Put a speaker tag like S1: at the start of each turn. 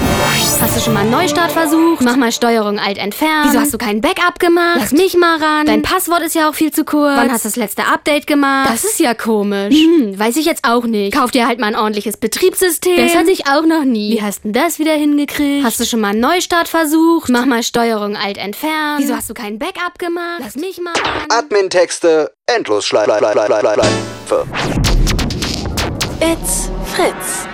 S1: Hast du schon mal einen Neustartversuch? Mach mal Steuerung alt entfernen. Wieso hast du keinen Backup gemacht? Lass mich mal ran. Dein Passwort ist ja auch viel zu kurz. Wann hast du das letzte Update gemacht? Das ist ja komisch. Hm, weiß ich jetzt auch nicht. Kauf dir halt mal ein ordentliches Betriebssystem. Das hatte ich auch noch nie. Wie hast du das wieder hingekriegt? Hast du schon mal einen Neustartversuch? Mach mal Steuerung alt entfernen. Wieso hast du keinen Backup gemacht? Lass mich mal ran.
S2: Admin-Texte endlos schleifen.
S3: It's Fritz.